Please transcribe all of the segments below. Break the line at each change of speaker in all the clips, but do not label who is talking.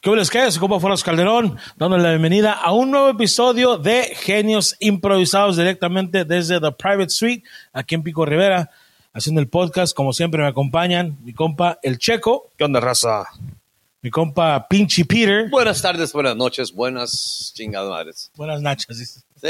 ¿Qué les qué? Su compa Foros Calderón, dándole la bienvenida a un nuevo episodio de Genios Improvisados directamente desde The Private Suite, aquí en Pico Rivera, haciendo el podcast. Como siempre, me acompañan mi compa El Checo,
¿Qué onda, raza?
mi compa Pinchi Peter.
Buenas tardes, buenas noches, buenas chingadas madres.
Buenas nachas, dice.
Sí.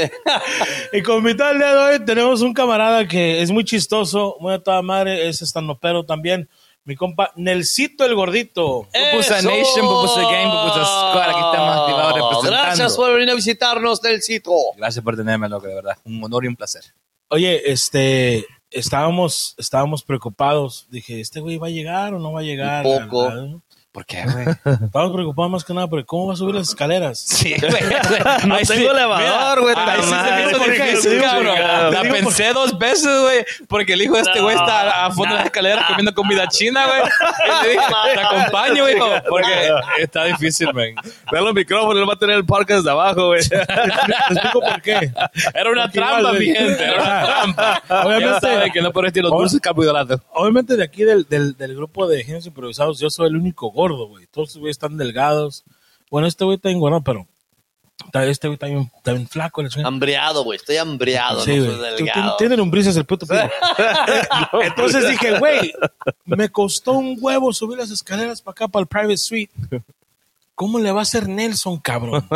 Y con mi tal día de hoy tenemos un camarada que es muy chistoso, muy a toda madre, es estandopero también. Mi compa Nelsito el Gordito.
Pupusa
¡Eso!
Nation, Pupusa Game, Pupusa Squad, aquí estamos activados representando.
Gracias por venir a visitarnos del sitio.
Gracias por tenerme, loco, de verdad. Un honor y un placer.
Oye, este, estábamos, estábamos preocupados. Dije, ¿este güey va a llegar o no va a llegar?
Un poco.
¿Verdad?
¿Por qué, güey?
Estábamos preocupados más que nada, pero ¿cómo va a subir las escaleras?
Sí, güey. No
tengo elevador, güey,
Ahí sí
tamás.
se me hizo
Porque
difícil,
sí,
cabrón.
chingado.
La
Te digo
pensé dos veces, güey, porque el hijo de este güey está a- a fondo de la escalera comiendo comida china, güey. Y le dije, te acompaño, hijo, porque está difícil, man.
Vean los micrófonos, él va a tener el podcast de abajo, güey.
Te explico por qué.
Era una trampa, mi gente, era una trampa. Ya
Obviamente. Oh.
saben que no por este estilo dulces carbohidratos.
Obviamente de aquí del, del, del grupo de genios improvisados, yo soy el único gordo, güey. Todos los güeyes están delgados. Bueno, este güey está engordado, pero está- este güey está bien, está bien flaco. La chingada.
Hambreado, güey, estoy hambreado,
Sí,
no
güey.
soy
Tú-
delgado.
tien- Tiene lombrices el puto pico. Entonces dije, güey, me costó un huevo subir las escaleras para acá, para el private suite. ¿Cómo le va a hacer Nelson, cabrón?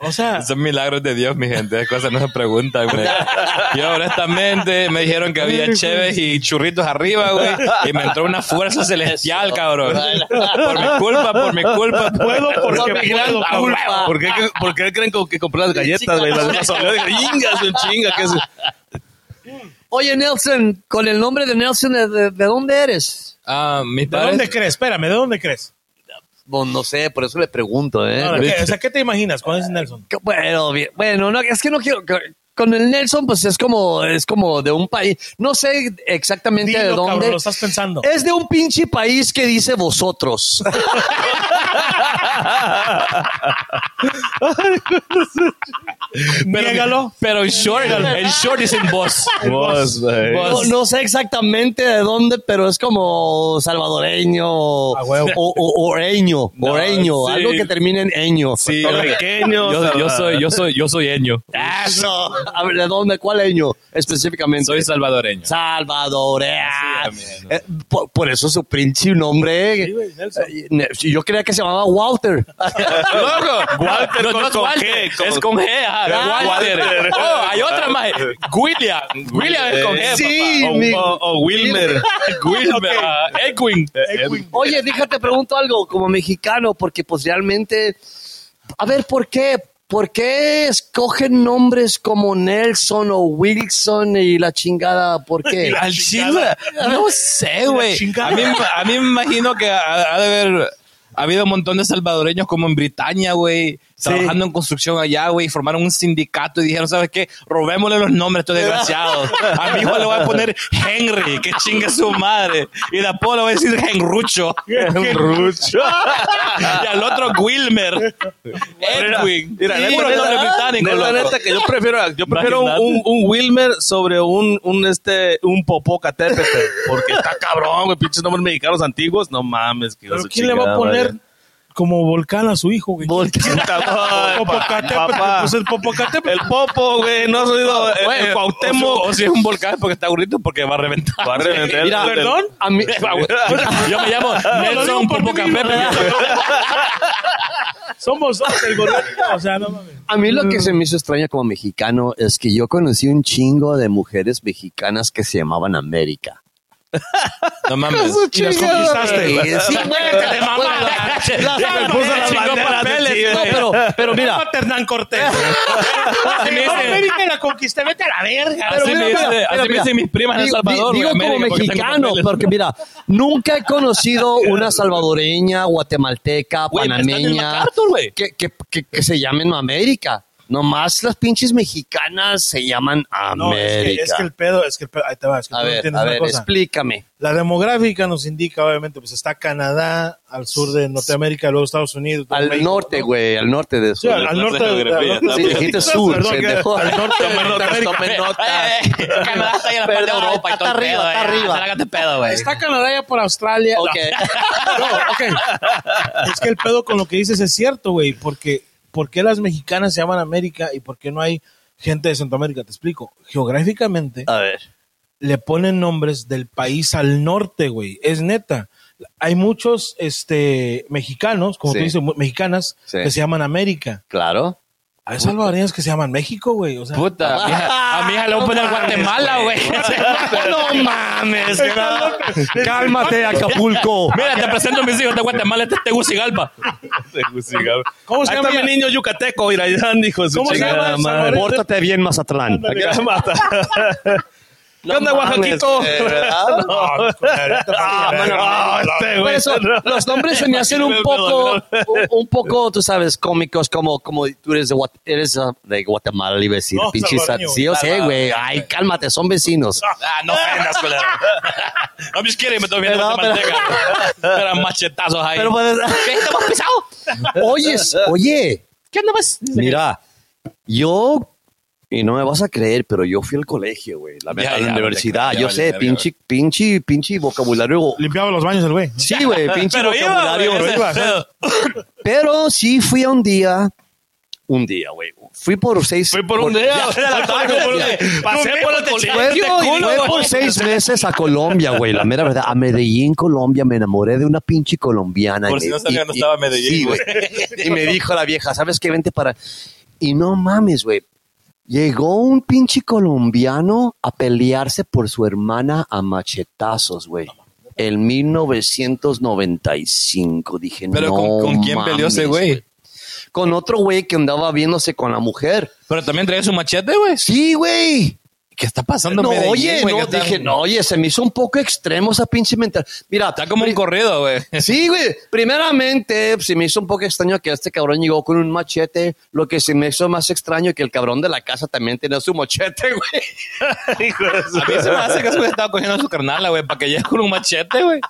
o sea,
Son milagros de Dios, mi gente. Esas cosas no se preguntan, güey. Yo, honestamente, me dijeron que había cheves y churritos arriba, güey. Y me entró una fuerza celestial, cabrón. Por mi culpa, por mi culpa.
puedo
No
porque
me
puedo,
crean la
cabrón.
culpa.
¿Por qué, por qué creen co- que compré las galletas, güey? Las las oleo, dije, ingas, el chinga, que es.
Oye, Nelson, con el nombre de Nelson, ¿de, de- de dónde eres?
Ah, mis
¿De
padres.
dónde crees? Espérame, ¿de dónde crees?
Bueno, Pues no sé, por eso le pregunto, ¿eh?
Ahora, ¿qué- o sea, ¿qué te imaginas cuando es Nelson?
Que- Bueno, bien- bueno, no, es que no quiero... que- Con el Nelson, pues es como, es como de un país... No sé exactamente de
Dilo,
dónde...
cabrón, lo estás pensando.
Es de un pinche país que dice vosotros.
Niégalo.
Pero en short, en short dicen vos.
Vos, güey.
No,
Pues,
no sé exactamente de dónde, pero es como salvadoreño o,
A huevo.
o- o- oreño,
No,
oreño,
sí.
algo que termine en eño.
Sí,
Puertorriqueño,
yo, yo soy, yo soy, yo soy eño.
Eso. Ah, A ver, ¿de dónde? ¿Cuál eño específicamente?
Soy salvadoreño.
Salvadorea.
Así es,
Eh, por, por eso su pinche nombre.
Sí, güey, Nelson.
eh, ne- yo creía que se llamaba Walter.
Loco.
Walter
no,
con-
no es
con
Walter,
G, con-
es con G, ajá,
Ah,
Walter.
Walter.
Oh, hay otra más. William. William es con G,
Eh, Sí,
O,
mi-
o- o Wilmer.
papá. Wilmer, ah, Edwin.
Oye, déjate pregunto algo como mexicano, porque pues realmente, a ver, ¿por qué? ¿Por qué escogen nombres como Nelson o Wilson y la chingada? ¿Por qué?
Al chile, no sé, güey.
chingada.
A mí, a mí me imagino que ha, ha de haber habido un montón de salvadoreños como en Bretaña, güey, trabajando en construcción allá, güey, formaron un sindicato y dijeron, ¿sabes qué? Robémosle los nombres a estos desgraciados. A mi hijo le voy a poner Henry, que chingue su madre. Y de apodo le voy a decir Henrucho.
Rucho.
Y al otro Wilmer. Eh, Edwin.
Mira,
Sí,
neta,
puro nombre
neta,
británico,
neta,
loco.
neta que yo prefiero, yo prefiero un,
Imagínate.
un, un Wilmer sobre un, un este, un popocatépetl, porque está cabrón, güey, pinches nombres mexicanos antiguos, no mames. Que
¿Pero
su
quién le va a
chingada
poner
madre.
como volcán a su hijo? güey?
Puta madre,
Popocatépetl,
papá.
pues el Popocatépetl.
El popo, güey, no has oído
eh,
el, el Cuauhtémoc.
O si es un volcán es porque está burrito porque va a reventar.
Va a reventar.
Mira,
El-
perdón.
A mí,
Yo me llamo Nelson Popocatépetl.
Somos dos, el gordito. O sea, no mames.
a mí lo que se me hizo extraña como mexicano es que yo conocí un chingo de mujeres mexicanas que se llamaban América.
No mames.
Y las conquistaste.
Eh, sí, güey, que le mamaba.
Ya me
puso las banderas
chingó
de
papeles.
Chile.
No, pero, pero mira,
Hernán Cortés.
Así me dicen-
Ah, América la conquisté, vete a la verga.
así
mira,
me
mira,
dicen-
mira,
así me
mira.
dicen mis primas en El
Digo,
Salvador.
di- digo
güey,
como
América, porque tengo
mexicano,
papeles.
porque mira, nunca he conocido una salvadoreña, guatemalteca,
Güey, me están en
panameña
MacArthur, güey.
que, que- que- que se llamen América. Nomás las pinches mexicanas se llaman
No,
América.
es que, es que el pedo, es que el pedo, ahí te va, es que
A
tú no
ver,
entiendes
a
una
ver,
cosa.
Explícame.
La demográfica nos indica, obviamente, pues está Canadá, al sur de Norteamérica, luego Estados Unidos. luego
Al
México,
norte,
¿no?
güey, al norte de
Sí,
eso.
al, al
La
norte
geografía,
al norte-
la
Sí, dijiste sur,
Perdón, que-
pendejo.
Al norte de Norteamérica.
Tomen nota.
Eh, Canadá está ahí en la parte de
Perdón,
Europa y
está
todo el
arriba,
pedo,
está
eh.
arriba.
Sácate pedo, güey.
Está Canadá ya por Australia.
Ok.
No, ok. Es que el pedo con lo que dices es cierto, güey, porque ¿por qué las mexicanas se llaman América y por qué no hay gente de Centroamérica? Te explico. Geográficamente
A ver.
le ponen nombres del país al norte, güey. Es neta. Hay muchos este, mexicanos, como
Sí.
tú dices, mu- mexicanas,
Sí.
que se llaman América.
Claro.
Hay salvadoreñas que se llaman México, güey. O sea,
Puta, vieja, a mi hija le voy a poner Guatemala, güey.
No mames,
Cálmate, Acapulco.
Mira, te presento a mis hijos de Guatemala, este es Tegucigalpa.
¿Cómo se
Ahí
llama?
está mi niño yucateco, Irayán, dijo su
¿Cómo se
chingada
llama?
madre.
Pórtate bien, Mazatlán.
¿A qué la mata? ¿Qué onda, Oaxaquito?
Eh, ¿verdad?
Ah, mano, ah, este
Por
güey.
eso, los nombres se me hacen un poco, un, un poco, tú sabes, cómicos, como, como tú eres de, Guat- eres ah, de Guatemala, iba a decir,
No,
pinches,
salvadoreño,
sí, yo sé, güey, ay, cálmate, son vecinos.
Ah, no ofendas, culero. No me quiere, me estoy viendo
Pero, pero-
Guatemalteca. Pero machetazos ahí.
Pero pues, puedes-
¿Qué te más pisado?
Oyes, oye,
¿Qué onda más?
mira, yo, y no me vas a creer, pero yo fui al colegio, güey, la,
Ya,
a la
ya,
universidad,
ya,
yo
ya,
sé,
ya,
pinche, pinche, pinche vocabulario,
Limpiaba los baños el güey.
sí, güey, pinche
Pero iba,
vocabulario,
güey, ese
iba.
pedo.
pero sí fui a un día, un día, güey, fui por seis,
Fui por un día.
Ya,
fui por un día. Pasé por el
Fue,
colegio.
y
culo,
fue
güey.
por seis meses a Colombia, güey. La mera verdad, a Medellín, Colombia, me enamoré de una pinche colombiana.
Por
y
si
me-
no sabían,
y-
no estaba
y-
Medellín,
sí,
güey.
güey. Y me dijo la vieja, ¿sabes qué? Vente para... Y no mames, güey. Llegó un pinche colombiano a pelearse por su hermana a machetazos, güey. En 1995, dije,
Pero
no
¿con, con quién
mames,
peleó ese güey?
Con otro güey que andaba viéndose con la mujer.
Pero también traía su machete, güey.
Sí, güey.
¿Qué está pasando en
No,
Medellín,
oye,
güey?
no,
¿Qué está-
dije, no, oye, se me hizo un poco extremo esa pinche mental. Mira,
Está como un corrido, güey.
sí, güey, primeramente pues, se me hizo un poco extraño que este cabrón llegó con un machete, lo que se me hizo más extraño que el cabrón de la casa también tenía su machete, güey.
Hijo de su-
A mí se me hace que ese güey estaba cogiendo a su carnala, güey, para que llegue con un machete, güey.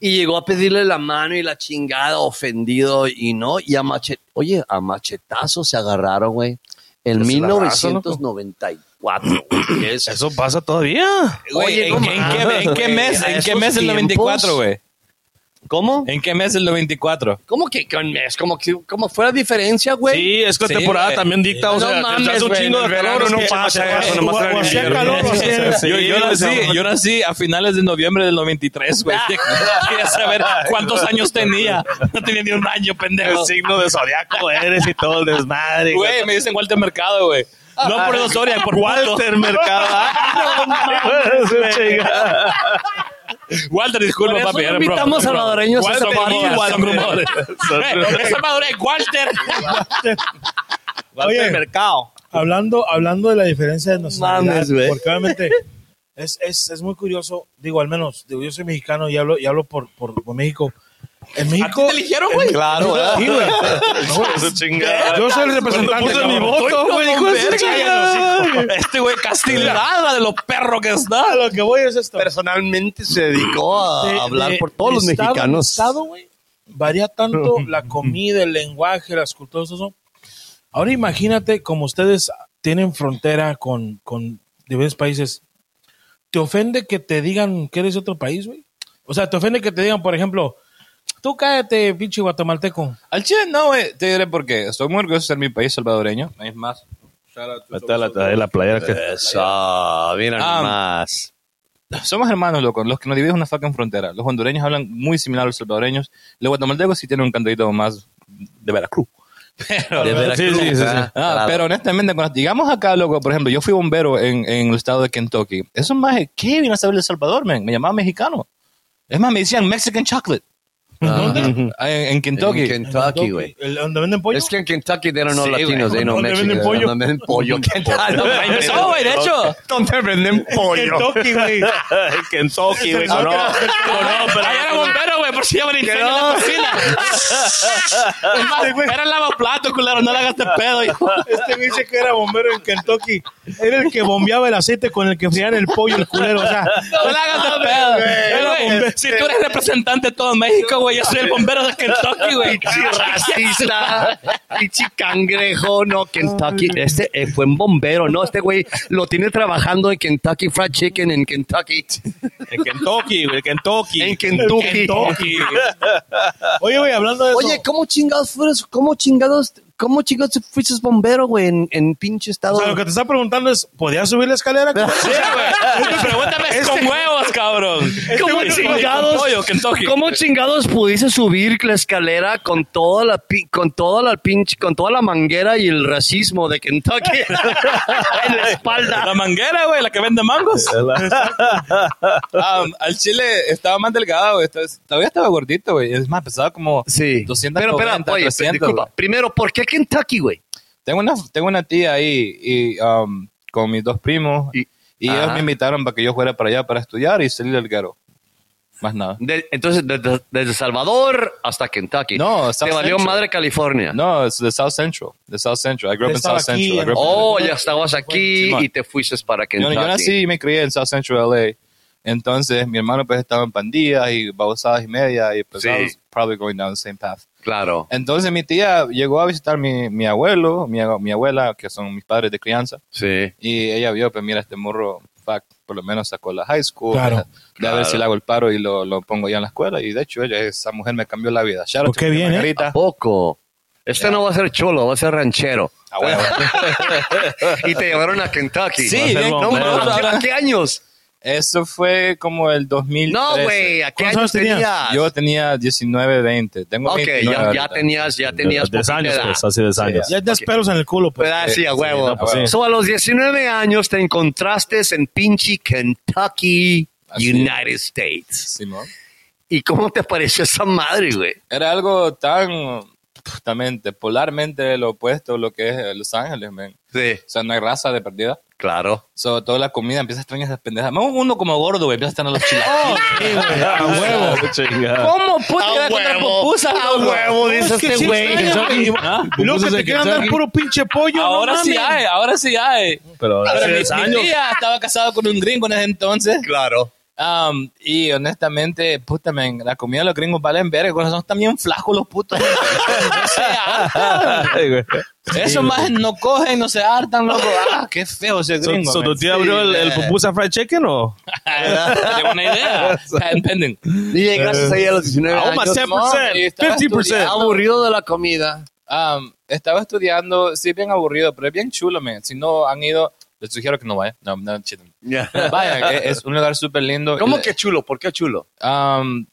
Y llegó a pedirle la mano y la chingada, ofendido y no, y a machete, oye, a machetazos se agarraron, güey. En
Pues el abrazo,
1994, güey. que es-
Eso pasa todavía.
Güey,
Oye,
¿en,
no
en qué,
mames,
en qué
güey,
mes?
a
¿En qué
esos
mes el
tiempos-
94, güey?
¿Cómo?
¿En qué mes el 94?
¿Cómo que con mes? ¿Cómo, que- cómo fue la diferencia, güey?
Sí, es que
Sí,
la temporada
güey.
también dicta.
No
O sea,
mames,
te hace un
güey,
chingo
en
de
el verano
calor.
no
es que-
pasa eso, nomás
O-
en el
o hacía
invierno.
calor, o hacía-
Sí,
yo, yo
sí,
nací, yo nací a finales de noviembre del 93, güey. Quería saber cuántos años tenía. No tenía ni un año, pendejo.
El signo de zodiaco eres y todo el desmadre.
Güey, me dicen Walter Mercado, güey.
Ah,
No por los Soria, por Walter.
Walter Mercado.
Walter, disculpa,
Por eso
papi.
no
era
invitamos
broma, era
salvadoreños
broma.
a ese
Walter,
podcast.
Walter, Walter, Walter. Es salvadoreño, Walter.
Oye,
Mercado.
hablando, hablando de la diferencia de nacionalidad,
Mames, güey.
porque obviamente es, es, es muy curioso, digo, al menos, digo, yo soy mexicano y hablo, y hablo por, por, por México. En México...
eligieron, güey?
Claro, ¿verdad?
Sí, güey.
Eso chingada.
Yo soy el representante.
Puse mi
cabrón.
voto, güey. Hijo de su chingada.
Este güey castigada de los perros que
A
está.
lo que voy es esto.
personalmente se dedicó a
de-
hablar
de-
por todos
de
los
estado en
mexicanos.
estado, güey, varía tanto la comida, el lenguaje, las culturas, todo eso. Ahora imagínate, como ustedes tienen frontera con, con diferentes países, ¿te ofende que te digan que eres de otro país, güey? O sea, ¿te ofende que te digan, por ejemplo, tú cállate, pinche guatemalteco?
Al chile no, güey. Te diré por qué. Estoy muy orgulloso de ser mi país salvadoreño. Es más.
Está la, la, la playera que.
Eso, mira
Ah.
nomás.
Somos hermanos, loco. Los que nos dividen una fucking frontera. Los hondureños hablan muy similar a los salvadoreños. Los guatemaltecos sí tienen un cantadito más de Veracruz. Pero,
De Veracruz,
sí, sí, sí.
ah,
Ah,
claro.
pero honestamente, cuando llegamos acá, loco, por ejemplo, yo fui bombero en, en el estado de Kentucky. Eso más, ¿qué vino a saber El Salvador, men? Me llamaban mexicano. Es más, me decían Mexican chocolate.
Ah,
Ah, En, en Kentucky.
En Kentucky, güey.
¿El- ¿Donde venden pollo?
Es que en Kentucky they don't know
Sí, güey.
latinos, they know
¿Dónde venden
Mexicans.
pollo?
¿Dónde venden pollo? ¿Qué tal?
Ahí empezó, güey, de hecho.
¿Dónde venden pollo?
Kentucky, güey.
Kentucky, güey. No,
Ahí era bombero, güey, por si llaman ingenio en la cocina. Es más, Era el lavaplato, culero, no le hagas de pedo. hijo.
Este güey dice que era bombero en Kentucky. Era el que bombeaba el aceite con el que frían el pollo, el culero. O sea,
No le hagas de pedo. Eh, güey, si tú eres representante de todo México, güey, yo soy el bombero de Kentucky, güey.
racista, pichi cangrejo, no, Kentucky. Este eh, fue un bombero, no, este güey lo tiene trabajando en Kentucky Fried Chicken, en Kentucky,
En Kentucky, güey, en Kentucky.
en Kentucky.
Kentucky. Oye, güey, hablando de eso.
Oye, ¿cómo chingados fueras, cómo chingados, cómo chingados fuiste bombero, güey, en, en pinche estado?
o sea, lo que te está preguntando es, ¿podías subir la escalera?
Sí, güey. Pregúntame
Este
con huevos, cabrón.
¿Cómo
Sí, con
chingados?
pollo, Kentucky.
¿Cómo chingados pudiste subir la escalera con toda la pi- con toda la pinche con toda la manguera y el racismo de Kentucky en la espalda?
La manguera, güey, la que vende mangos. Ah, al chile estaba más delgado, güey. Estaba- Todavía estaba gordito, güey. Es más, pesaba como
Sí.
200
pero espera, oye, disculpa. Primero, ¿por qué Kentucky, güey?
Tengo una, tengo una tía ahí y, um, con mis dos primos y, ellos
Ajá.
me invitaron para que yo fuera para allá para estudiar y salir del garo. Más nada.
De- entonces, desde, desde Salvador hasta Kentucky.
No,
Te
South
valió
Central.
madre California.
No, es de South Central. De South Central. I grew up in
Estaba
South
aquí,
Central. I grew up in-
Oh, ya estabas aquí
Simón.
y te fuiste para
Yo,
Kentucky.
yo nací y me crié en South Central LA. Entonces, mi hermano pues estaba en pandillas y babosadas y media y pues
Sí.
I was probably going down the same path.
Claro.
Entonces mi tía llegó a visitar mi, mi abuelo, mi, mi abuela, que son mis padres de crianza,
Sí.
y ella vio, pues mira, este morro, fuck, por lo menos sacó la high school,
Claro.
de, de a ver si le hago el paro y lo, lo pongo ya en la escuela, y de hecho ella, esa mujer me cambió la vida. Shout out
Pues
to
qué
mi tía
bien, ¿eh?
Margarita.
Poco. Este no va a ser cholo, va a ser ranchero.
Ah, bueno.
Y te llevaron a Kentucky.
Sí,
Va a ser
bien,
no,
hombre.
mames, ¿a qué años?
Eso fue como el 2013.
No, güey, ¿a qué
¿Cuántos
años
años tenías?
tenías?
Yo tenía 19, 20. Tengo
ok,
29
ya, ya
ahorita.
tenías, ya tenías.
De
poquita
años,
edad.
pues, hace 10 años.
Ya te pelos en el culo, pues.
Ah, sí, a huevo.
no, pues, sí.
So, a los 19 años te encontraste en pinche Kentucky,
Así es.
United States.
Simón.
¿Y cómo te pareció esa madre, güey?
Era algo tan, justamente, polarmente lo opuesto a lo que es eh, Los Ángeles, man.
Sí,
O sea, no hay raza de perdida.
claro.
Sobre todo la comida, empieza a extrañar esas pendejas. Más uno como gordo, güey, empieza a estar en
Oh,
los chilaquiles.
Ah,
A huevo.
¿Cómo puta
A
iba a comprar
Ah, huevo.
pupusas, gordo?
Es
este
que sí extraña, güey.
"Ah,
Y luego que te quieran dar puro pinche pollo.
Ahora
no
sí
mames.
hay, ahora sí hay.
Pero
Pero mi,
hace 10
mi
años.
tía estaba casado con un gringo en ese entonces.
Claro.
Am, y honestamente, puta, men, la comida de los gringos valen verga. Con razón están bien flacos los putos. no se hartan.
Ay, güey.
Esos más no cogen, no se hartan, loco. Ah, qué feo ese
So-
gringo.
so
men.
¿Tu tía abrió el, el
Sí,
pupusa fried chicken o?
eh, Tengo una idea.
Ah,
Patent pending.
Y
Eh,
llegaste ahí a los 19
Aún más
años.
no, y
10%,
estaba
50%.
Aburrido de la comida.
Um, estaba estudiando, sí, bien aburrido, pero es bien chulo, man. Si no han ido, les sugiero que no vayan. No, no, shit. Vayan, eh, es, es un lugar súper lindo.
¿Cómo que chulo? ¿Por qué chulo?
Um,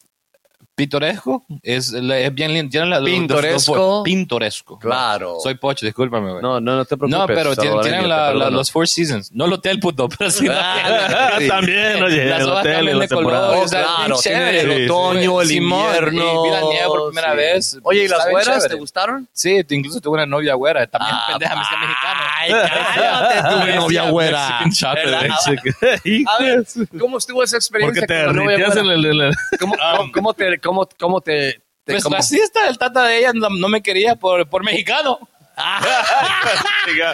pitoresco, es, es bien lindo. Tienen la- los- los- los-
Pintoresco.
pintoresco.
Claro.
Soy pocho, discúlpame, güey.
No, no, no te preocupes.
No, pero tien-
salvadoreño,
tienen
te
la- la-
perdono.
los Four Seasons. No el hotel, puto, pero sí.
Ah, sí.
También, oye,
Las
el
hojas
hotel y
cambian
la
de color,
temporada.
Oh,
o sea, es
claro,
bien
tiene el
chévere.
otoño, el
Simón,
invierno.
y vi la nieve por primera
sí.
vez.
Oye, ¿y las
Está bien
güeras
chévere.
te gustaron?
Sí, incluso tuve una novia güera, también
Ah,
pendeja, me decía mexicana.
Ay, cállate, tuve
Decía
novia güera.
Mexican Chopper,
¿Verdad?
de hecho.
A ver, ¿cómo estuvo
Porque
esa experiencia
te
con la novia
riteas en
güera?
el... el- el- Ah.
¿Cómo, cómo- cómo te, cómo, cómo te, te-
Pues
cómo-
racista, el tata de ella no, no me quería por, por mexicano.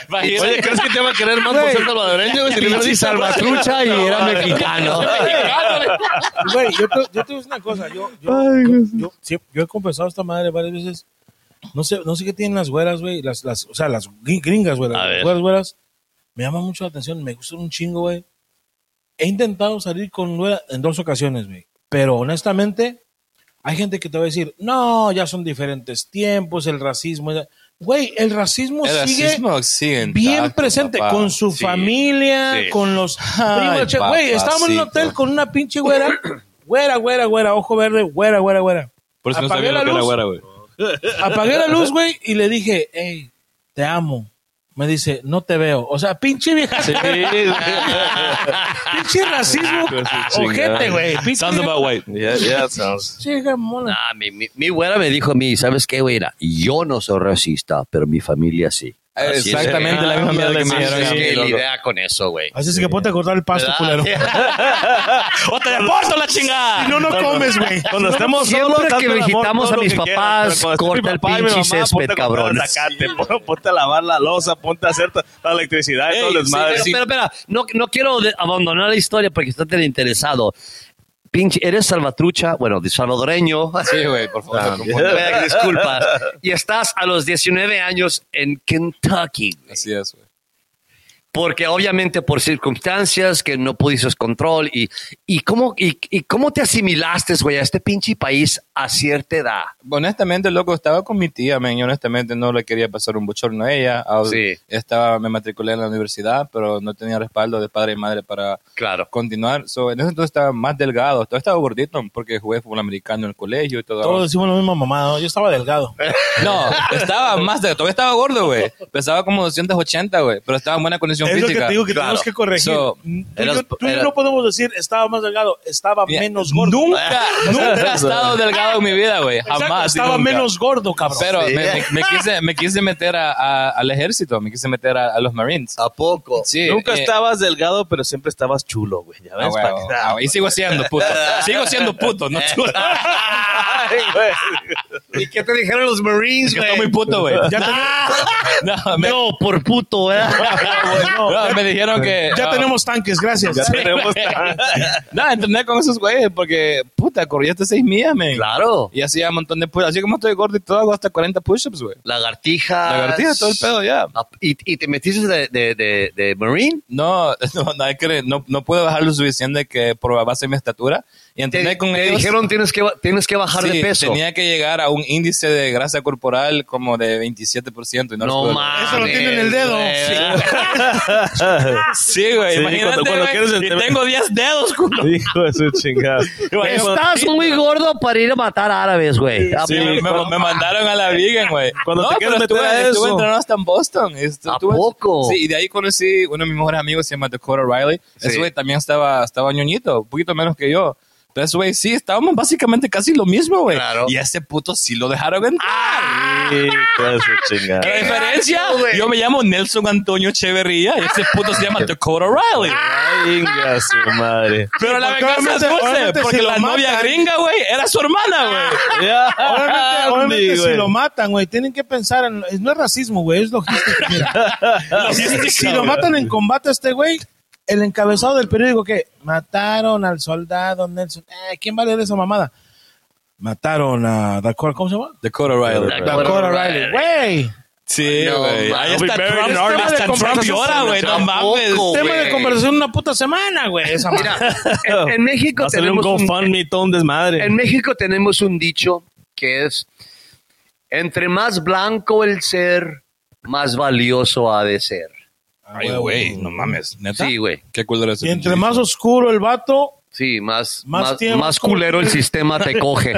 Imagínate.
Oye, ¿crees que te va a querer más por ser salvadoreño? güey, si le
Pinche
dices
salvatrucha y era mexicano.
Mexicano, le-
Güey, yo te, yo te voy a decir una cosa. Yo, yo, yo, yo- sí, yo he compensado a esta madre varias veces. No sé, no sé qué tienen las güeras, güey. Las, las, o sea, las gri- gringas, güey.
A
Las
ver.
güeras, güeras. Me llama mucho la atención. Me gustan un chingo, güey. He intentado salir con güera en dos ocasiones, güey. Pero honestamente, hay gente que te va a decir, no, ya son diferentes tiempos, el racismo. ya-". Güey, el racismo
El
sigue
racismo sigue intacto,
bien presente
papá.
con su
Sí,
familia,
sí.
con los primos. che- Güey,
papacito.
estábamos en un hotel con una pinche güera, güera, güera, güera, ojo verde, güera, güera, güera.
Por si no
Apagué
sabía lo
la
que era
luz.
güera, güey.
Apagué la luz, güey, y le dije, hey, te amo. Me dice, no te veo. O sea, pinche vieja. pinche racismo. Ojete, güey. Pinche
Sounds
vieja-
about white. Yeah, yeah,
pinche vieja mona.
Ah, mi, mi, mi güera me dijo a mí, ¿sabes qué, güera? Yo no soy racista, pero mi familia sí.
Así es.
Exactamente la misma mierda que me
Así
dieron.
es
a mí,
que
loco.
lidia con eso, güey.
Así es que ponte a cortar el pasto, culero.
¡O te deporto la chingada!
No, no comes, güey.
Cuando estemos
Siempre
solos,
que
hazme el amor,
visitamos
todo
a
lo
mis
que quieras,
papás,
pero cuando esté
corta
mi
el
papá y mi
pinche
mamá,
césped,
ponte a comprar
cabrón.
zacate, pon- ponte a lavar la losa, ponte a hacer to- la electricidad y
Ey,
todo el
sí,
desmadre.
Pero,
sí.
espera, espera, no, no quiero de- abandonar la historia porque está tan interesado. Pinche, eres salvatrucha, bueno, de salvadoreño.
Sí, güey, por
Ah,
favor. no confundas.
Vea, Disculpas. Y estás a los 19 años en Kentucky. güey.
Así es, güey.
Porque obviamente por circunstancias que no pudiste control. ¿Y, y, cómo, y, y cómo te asimilaste, güey, a este pinche país a cierta edad?
Honestamente, loco, estaba con mi tía, men, y honestamente no le quería pasar un bochorno a ella. Ah,
Sí.
Estaba, me matriculé en la universidad, pero no tenía respaldo de padre y madre para
Claro.
continuar. So, en ese entonces estaba más delgado, estaba, estaba gordito porque jugué fútbol americano en el colegio y todo.
Todos decimos la misma mamada. ¿no? Yo estaba delgado.
No, estaba más delgado, todavía estaba gordo, güey. Pesaba como 280, güey, pero estaba en buena condición
Es lo que
física.
te digo que tenemos que corregir.
So,
tú y
eras-
yo, tú y yo
era-
no podemos decir estaba más delgado, estaba
Mira,
menos gordo.
Nunca, nunca he estado delgado en mi vida, güey.
Exacto,
Jamás. y
estaba
nunca.
menos gordo, cabrón.
Pero me, me- me quise, me quise meter a- a- al ejército, me quise meter a, a los Marines.
¿A poco?
Sí,
Nunca
eh,
estabas delgado, pero siempre estabas chulo, güey. Ya
ah,
ves,
huevo,
pa' que-
ah, y sigo siendo puto. Sigo siendo puto, no chulo.
Ay, güey.
¿Y qué te dijeron los Marines,
Yo muy puto, güey. No, me,
No, por puto, ¿eh?
no, me dijeron que.
Ya
no,
tenemos tanques, gracias.
Ya tenemos tan-
No, entrené con esos güeyes porque, puta, corrí hasta 6 millas, men.
Claro.
Y hacía un montón de push Así como estoy gordo y todo, hago hasta 40 push-ups, güey.
Lagartija.
Lagartija, todo el pedo, ya.
¿Y, y te metiste de, de, de, de Marine?
No, no, nada que- no, no pude bajar lo suficiente que por base de mi estatura. Y
Te,
entrené con
te
ellos.
dijeron tienes que, ba- tienes que bajar
Sí,
de peso.
Tenía que llegar a un índice de grasa corporal como de 27%. Y
No
no lo pude.
mames.
Eso lo tiene en el dedo.
Sí, Ah, güey.
Sí,
imagínate,
cuando- cuando
güey,
quieres este, el
y
tema-
tengo 10 dedos, culo.
Hijo de su chingada.
Estás muy gordo para ir a matar árabes, güey. ¿A
Sí, me, me- me mandaron a la vegan, güey.
Cuando te quieres
pero
meter
estuve,
a eso.
Estuve entrenando hasta en Boston. Estu-
¿A
estuve-
poco?
Sí, y de ahí conocí uno de mis mejores amigos, se llama Dakota Riley. Ese güey también estaba, estaba ñoñito, un poquito menos que yo. Entonces, güey, sí, estábamos básicamente casi lo mismo, güey.
Claro.
Y a ese puto sí lo dejaron entrar.
Hijo de su chingada.
La diferencia, yo me llamo Nelson Antonio Echeverría y ese puto se llama Dakota Riley.
Chinga su madre.
Pero la
Ah, porque
venganza es
obviamente-
dulce,
obviamente
porque
si lo
la novia
matan- Ah.
gringa, güey, era su hermana, güey.
Ya.
Obviamente, obviamente
Sí,
si
güey.
lo matan, güey, tienen que pensar en... No es racismo, güey, es logística. Mira. si, si lo matan en combate a este güey, el encabezado del periódico que mataron al soldado Nelson. Eh, ¿Quién va a leer esa mamada? Mataron a Dakota, ¿cómo se llama?
Dakota Riley.
Dakota Riley. Güey,
Sí,
No,
güey.
man.
Ahí
I'll be
está
buried in
Trump,
Ireland.
hasta Trump llora, güey. No mames.
Tampoco,
tema de
güey.
conversación una puta semana, güey. Esa mamada.
En, en
Va
México
a salir un
tenemos un,
GoFundMe, todo un desmadre.
en México tenemos un dicho que es entre más blanco el ser, más valioso ha de ser.
Ay, güey, no mames. ¿Neta?
Sí, güey.
Qué culero es
Y entre más oscuro el vato,
Sí, más
Más
más,
tiempo.
más culero el sistema te coge.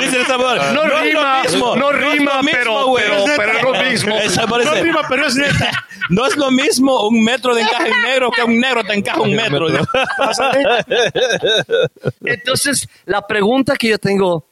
Dice el sabor.
No
es lo
rima, no
mismo, es lo
rima,
mismo,
pero-
güey.
pero- pero es lo mismo.
El sabor
no
dice,
rima, pero es neta.
No es lo mismo un metro de encaje en negro que un negro te encaja un metro.
Entonces, la pregunta que yo tengo,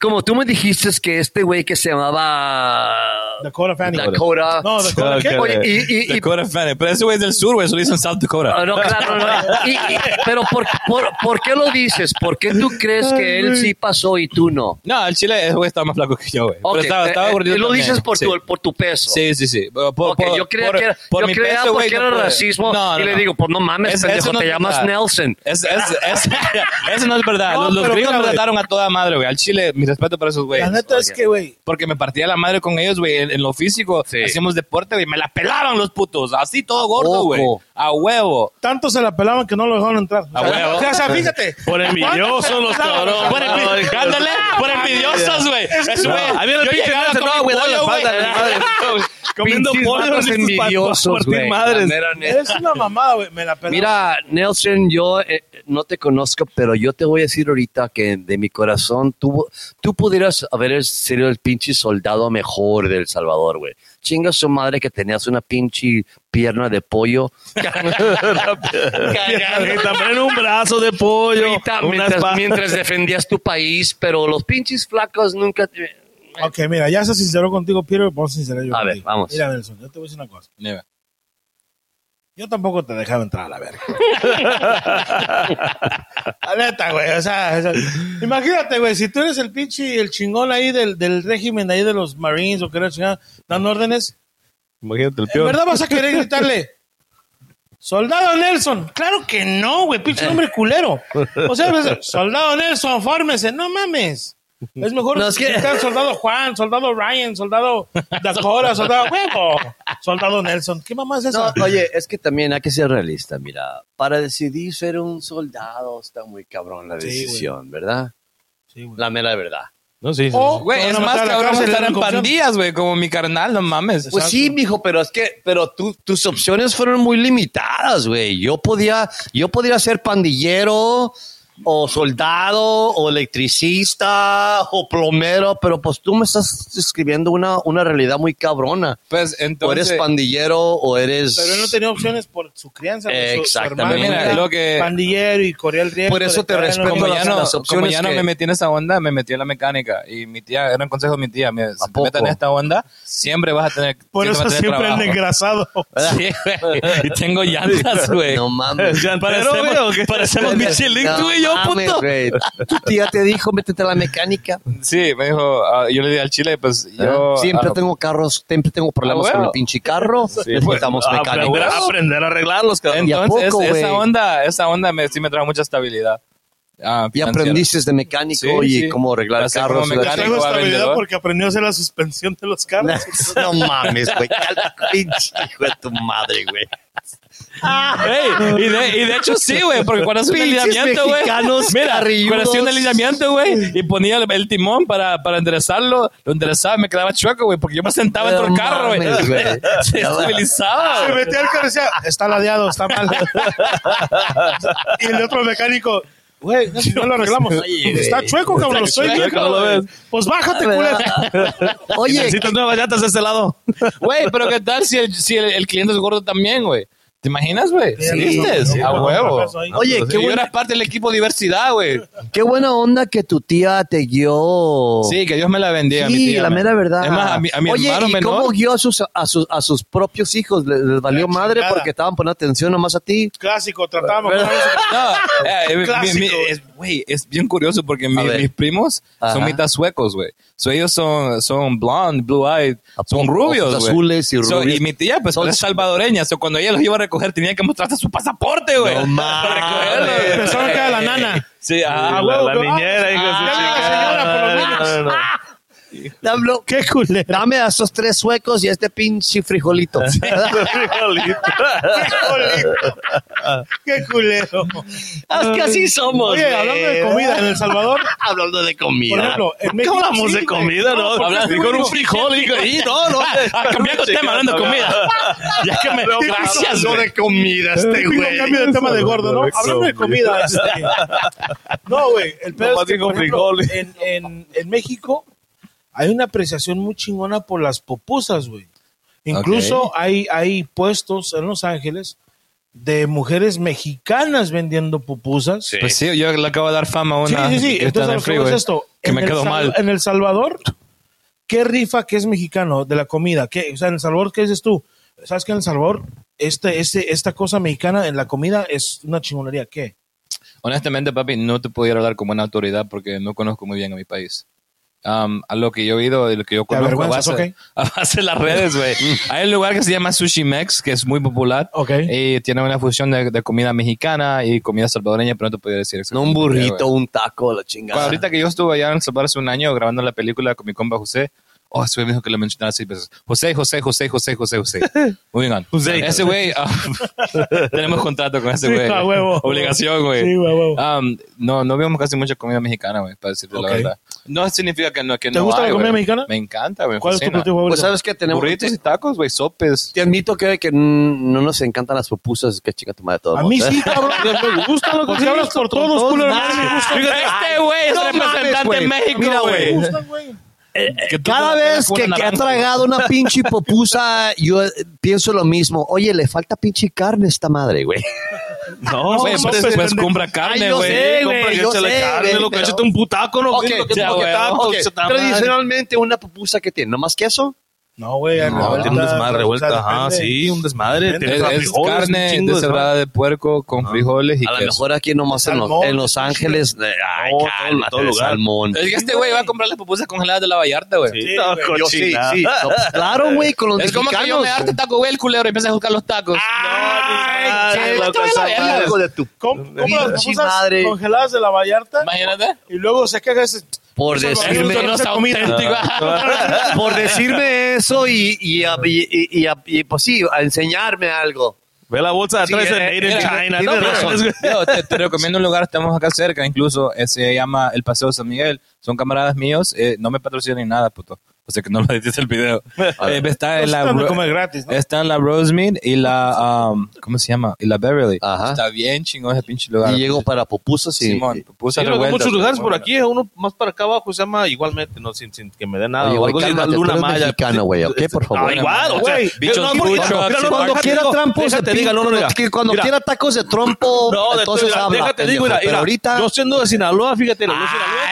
como tú me dijiste que este güey que se llamaba
Dakota Fanning.
Dakota...
No, Dakota, ¿qué?
Ah, Oye, y- y- y-
Dakota Fanning. Pero ese güey es del sur, güey. Eso lo dicen South
Ah,
Dakota.
no, claro, no. Y- y- pero por, por, ¿por qué lo dices? ¿Por qué tú crees que él sí pasó y tú no?
No, el chile, ese güey estaba más flaco que yo, güey. Pero
Ok,
estaba, estaba
eh, eh,
gordito
lo
también.
dices por,
Sí.
tu, por tu peso.
Sí, sí, sí. Por- por-
Ok, yo creía
por-
que era,
por
yo
mi
creía
peso,
porque
güey, no
era
puede.
racismo
No,
y
no,
le
no.
digo, pues no mames,
Ese-
pendejo,
ese no
te
es
llamas
verdad.
Nelson.
Es- es- es- eso no es verdad.
No,
los, los
pero
gringos
mira,
me
güey.
trataron a toda madre, güey. Al chile, mi respeto para esos güeyes.
La neta es que, güey,
Porque me partía la madre con ellos, güey. En, en lo físico, hacíamos deporte, güey. Me la pelaron los putos. Así todo gordo,
Ojo.
güey. A huevo.
tanto se la pelaban que no lo dejaron entrar.
A
o, sea,
huevo.
o sea, fíjate.
Por envidiosos los cabrones.
Por envi- pues, ándale, por envidiosos, güey. Eso, güey.
No, a mí el
Yo
pinche
llegaba
Nelson,
con
no,
mi
güey, dale la
pollo, güey.
espalda, dale la espalda. Comiendo
Pinches
pollo,
vatos
listos para- para
envidiosos,
partir
güey.
madres.
La mera neta.
Es una mamada, güey. Me la pelaban.
Mira, Nelson, yo eh, no te conozco, pero yo te voy a decir ahorita que de mi corazón tú, tú pudieras haber sido el pinche soldado mejor del Salvador, güey. Chinga su madre que tenías una pinche pierna de pollo.
Y también un brazo de pollo.
Ahorita,
una
mientras,
espada.
mientras defendías tu país, pero los pinches flacos nunca... te-
Ok, mira, ya se sinceró contigo, Peter, vamos a sincerar yo
A ver,
contigo.
vamos.
Mira, Nelson, yo te voy a decir una cosa. Yo tampoco te dejaba entrar a la verga. La neta, güey, o sea, o sea, imagínate, güey, si tú eres el pinche, el chingón ahí del, del régimen ahí de los Marines o que era chingada, dando órdenes,
Imagínate el
¿en
peor.
verdad vas a querer gritarle? Soldado Nelson, claro que no, güey, pinche hombre culero. O sea, pues, soldado Nelson, fórmese, no mames. Es mejor
No, es que-
gritar soldado Juan, soldado Ryan, soldado Dakota, soldado huevo, soldado Nelson. ¿Qué mamá es
No,
eso?
oye, es que también hay que ser realista, mira. Para decidir ser un soldado está muy cabrón la
Sí,
decisión, ¿verdad?
Sí, güey.
La mera verdad.
No, sí. sí,
O-
sí.
Güey,
Te van
es
a
más
matar a la
cabrón
cárcel,
estar
la
en
corrupción.
pandillas, güey, como mi carnal, no mames.
Pues sí, mijo, pero es que, pero tú, tus opciones fueron muy limitadas, güey. Yo podía, yo podría ser pandillero, o soldado, o electricista, o plomero, pero pues tú me estás describiendo una, una realidad muy cabrona. o
Pues
eres
entonces...
pandillero, o eres...
Pero él no tenía opciones por su crianza. por su- su
Exactamente.
hermano
Mira,
era
lo que-
Pandillero y corría el riesgo.
Por eso
de
te
caer en
respeto,
como
los-
las-
ya no,
las
como
opciones
ya no
que-
me metí en esa onda, me metí en la mecánica. Y mi tía, era un consejo de mi tía, mira, si te
poco?
metes en esta onda, siempre vas a tener
Por
vas a
eso
tener
siempre
trabajo.
el desgrasado.
Sí, güey. Y tengo llantas, güey.
No mames.
¿Es llantero,
Parecemos-
güey, o qué?
Parecemos Michelin,
No
tú y yo,
mames,
puto.
güey. Tu tía te dijo, métete a la mecánica.
Sí, me dijo, ah, yo le di al chile, pues yo...
siempre
ah,
tengo carros, siempre tengo problemas
Ah,
con
bueno. pues, ah,
el pinche carro. Necesitamos
pues, aprender,
mecánicos.
aprender a arreglarlos, cabrón.
¿Y a
Entonces,
poco,
es-
güey?
esa onda, esa onda me, sí me trajo mucha estabilidad. ah,
Y
financiera.
aprendiste de mecánico
Sí,
y
sí.
cómo arreglar
Ya sé
carros.
cómo
y la-
mecánico.
Tengo
va a
estabilidad
vendedor.
porque aprendió a hacer la suspensión de los carros.
No mames, güey. Cal- Pinche hijo de tu madre, güey.
Ey, y, de, y de hecho sí, güey, porque cuando hacía un
Pinches
alineamiento, güey.
mexicanos
Mira, cuando hacía un
carrilludos.
alineamiento, güey, y ponía el, el timón para, para enderezarlo, lo enderezaba, me quedaba chueco, güey, porque yo me sentaba dentro del
No
carro, güey.
mames, güey.
Se estabilizaba.
Se
güey.
metía al carro y decía, está ladeado, está mal. y el otro mecánico, güey, no, no lo arreglamos. está chueco, cabrón, lo estoy
chueco,
viendo.
¿no lo ves?
Pues bájate, culera.
Oye,
Necesitas nuevas llantas de ese lado.
Güey, pero ¿qué tal si el, si el, el cliente es gordo también, güey? ¿Te imaginas, güey?
Sí,
¿Viste?
sí,
a
güey,
huevo.
pasó ahí.
Oye,
Sí,
qué
yo
buena-
era parte del equipo diversidad, güey.
qué buena onda que tu tía te guió.
Sí, que Dios me la bendiga. mi
Sí,
tía,
la
man.
mera verdad.
Es más, a mi, a mi
Oye,
hermano
¿y
menor.
cómo guió a sus, a sus, a sus propios hijos? ¿Les, les valió
La
madre
chingada.
porque estaban poniendo atención nomás a ti?
Clásico, tratábamos.
No, eh, mi-
Clásico.
mi- es, güey, es bien curioso porque mi-
A ver.
mis primos
Ajá.
son mitad suecos, güey. So, ellos son, son blonde, blue-eyed,
¿A
son
poco?
rubios,
Ojos
güey.
azules y
So,
rubios.
y mi tía, pues,
Son-
es salvadoreña. So, cuando ella los iba a recoger, tenía que mostrarte su pasaporte, güey.
No mames.
Para recogerlos, güey.
Pensaron que era la nana.
Sí, ajá.
Ah,
la,
huevo,
la
pero-
niñera, hijo de su
ya vi la
chingada.
señora, por lo
No, no, no.
Diablo,
Qué culera.
Dame a Ah, esos tres suecos y a este pinche frijolito.
Ah. Frijolito.
Qué culero.
Es que así somos.
Oye,
güey.
hablando de comida en El Salvador,
Hablando de
por
comida.
ejemplo, en México.
hablamos
sí,
de
güey.
comida, no?
porque
Hablas
este
con
güey
un
dijo,
frijol y y no, no.
Ah, cambiando tema, hablando de comida. Ya que me... Gracias,
Hablando
güey.
de comida, este
Digo,
güey.
cambio de tema de gordo, ¿no?
Correcto,
Hablando de comida. este, No, güey. El pedo
Nomás
es que,
dijo
por ejemplo,
frijoles.
en, en, en México hay una apreciación muy chingona por las popusas, güey. Incluso hay, hay puestos en Los Ángeles de mujeres mexicanas vendiendo pupusas. Sí,
Pues sí, yo le acabo de dar fama a
sí,
una
sí.
que está en
Entonces,
el
lo que
freeway,
voy es esto.
que
En
me
El
quedó
Sal-
mal.
En El Salvador, ¿qué rifa que es mexicano de la comida? ¿Qué, o sea, en El Salvador, ¿qué dices tú? ¿Sabes que en El Salvador este, este, esta cosa mexicana en la comida es una chingonería? ¿Qué?
Honestamente, papi, no te pudiera hablar como una autoridad porque no conozco muy bien a mi país. Am, a lo que yo he ido, de lo que yo conozco a
avergüenzas,
base,
ok.
a base de las redes, güey. Hay un lugar que se llama Sushi Mex, que es muy popular.
Ok.
Y tiene una fusión de, de comida mexicana y comida salvadoreña, pero no te podría decir
No un
exactamente qué,
burrito,
güey.
un taco, la
Cuando
chingada.
ahorita que yo estuve allá en El Salvador hace un año grabando la película con mi compa José, oh, ese güey me dijo que lo mencionara seis veces. José, José, José, José, José, José. Muy bien.
José.
Ese güey, ah, tenemos contrato con ese
Sí,
güey.
a huevo.
Obligación, güey.
Sí, güey, a huevo.
Um, no, no vemos casi mucha comida mexicana, güey, para decirte
Ok.
la verdad. No significa que no, que
¿Te
no
gusta la
hay,
comida
güey.
mexicana?
Me encanta, güey. me
¿Cuál es tu
fascina.
platillo favorito?
Pues sabes que tenemos.
Burritos y tacos, güey, sopes.
Te admito que, que no nos encantan las pupusas, que chica tu madre todo.
a mí sí, cabrón. me gusta lo que ¿Por qué hablas por todos, culo? A mí Ah, me gusta.
Este güey es
No mames,
representante
güey.
en México,
Mira,
Me
güey.
gustan, güey.
Que tú
Cada
te la
vez
pegas con
que,
una
que ha
naranja, güey.
tragado una pinche popusa, yo eh, pienso lo mismo. Oye, le falta pinche carne a esta madre, güey.
No,
Güey,
son
pues,
pe-
pues compra carne,
Ay, yo sé,
güey.
güey.
compra,
yo
échale
sé,
carne,
güey,
loco,
pero-
échate un putaco, no,
Ok,
lo que
ya,
lo que
güey,
tanto,
Ok,
se está mal.
Tradicionalmente, ¿eh? una pupusa que tiene, ¿nomás queso?
No, güey. ya
No,
revuelta,
Ah, tiene un desmadre
o sea,
vuelta, ajá,
depende.
sí, un desmadre.
Depende.
tiene
Es, es
frijoles, un
carne
chingo de Ah,
deshebrada de puerco con frijoles y
A lo
queso.
mejor aquí nomás en, los-
Salmón.
en Los Ángeles. eh, Ay,
No, todo-
cálmate,
todo
de
lugar.
salmón.
Es que este güey va a comprar las pupusas congeladas de la Vallarta, güey.
Sí,
Sí,
no,
güey,
Yo sí,
cochinada.
sí. No, pues, claro, güey, con los
Es como que yo
mexicanos.
me harte taco, güey, el culebro y empieza a juzgar los tacos.
Ah. Ay,
Ay,
qué
loco,
loco,
esa
esa madre.
madre. Hijo de tu-
Com- Compra las
Sí,
cosas
madre.
congeladas de la Vallarta
Imagínate.
y luego se queja "Pues, ese...
Por
Es
decirme,
un torrosa auténtico.
Ah,
por decirme eso y, y, a- y- y- y a- y, pues sí, a enseñarme algo.
Ve la bolsa de atrás de
eh,
Made in
mira,
China.
tiene
No, pero-
razón.
Yo te, te recomiendo un lugar, estamos acá cerca, incluso eh, se llama el Paseo San Miguel. Son camaradas míos, eh, no me patrocinan ni nada, puto. O sea que no lo edites el video. Eh, está
Pues
en la.
Están de
Bro-
comer gratis, ¿no?
Está en la Rosemead y la, um, ¿cómo se llama? Y la Beverly.
Ajá.
Está bien chingón ese pinche lugar.
Y llego para pupusas y...
Simón, pupusas
Sí, loco,
revueltas,
muchos lugares por
bueno.
aquí, eh, uno más para acá abajo se llama igualmente, no sin, sin que me dé nada.
Oye,
o
güey,
algo así,
cálmate, tú eres mexicano, güey, ¿ok? Por favor.
Ah, igual, o sea,
Güey,
bichos
no,
truchos,
mira,
mira,
Cuando
déjate,
quiera
digo,
trampos de
déjate, diga, no, no,
pinto,
diga.
que cuando
Mira,
quiera tacos de trompo,
No, de-
entonces
mira,
habla.
déjate,
pendejo.
digo, mira,
Pero
mira,
ahorita...
Yo siendo de Sinaloa, fíjate, los
Ay,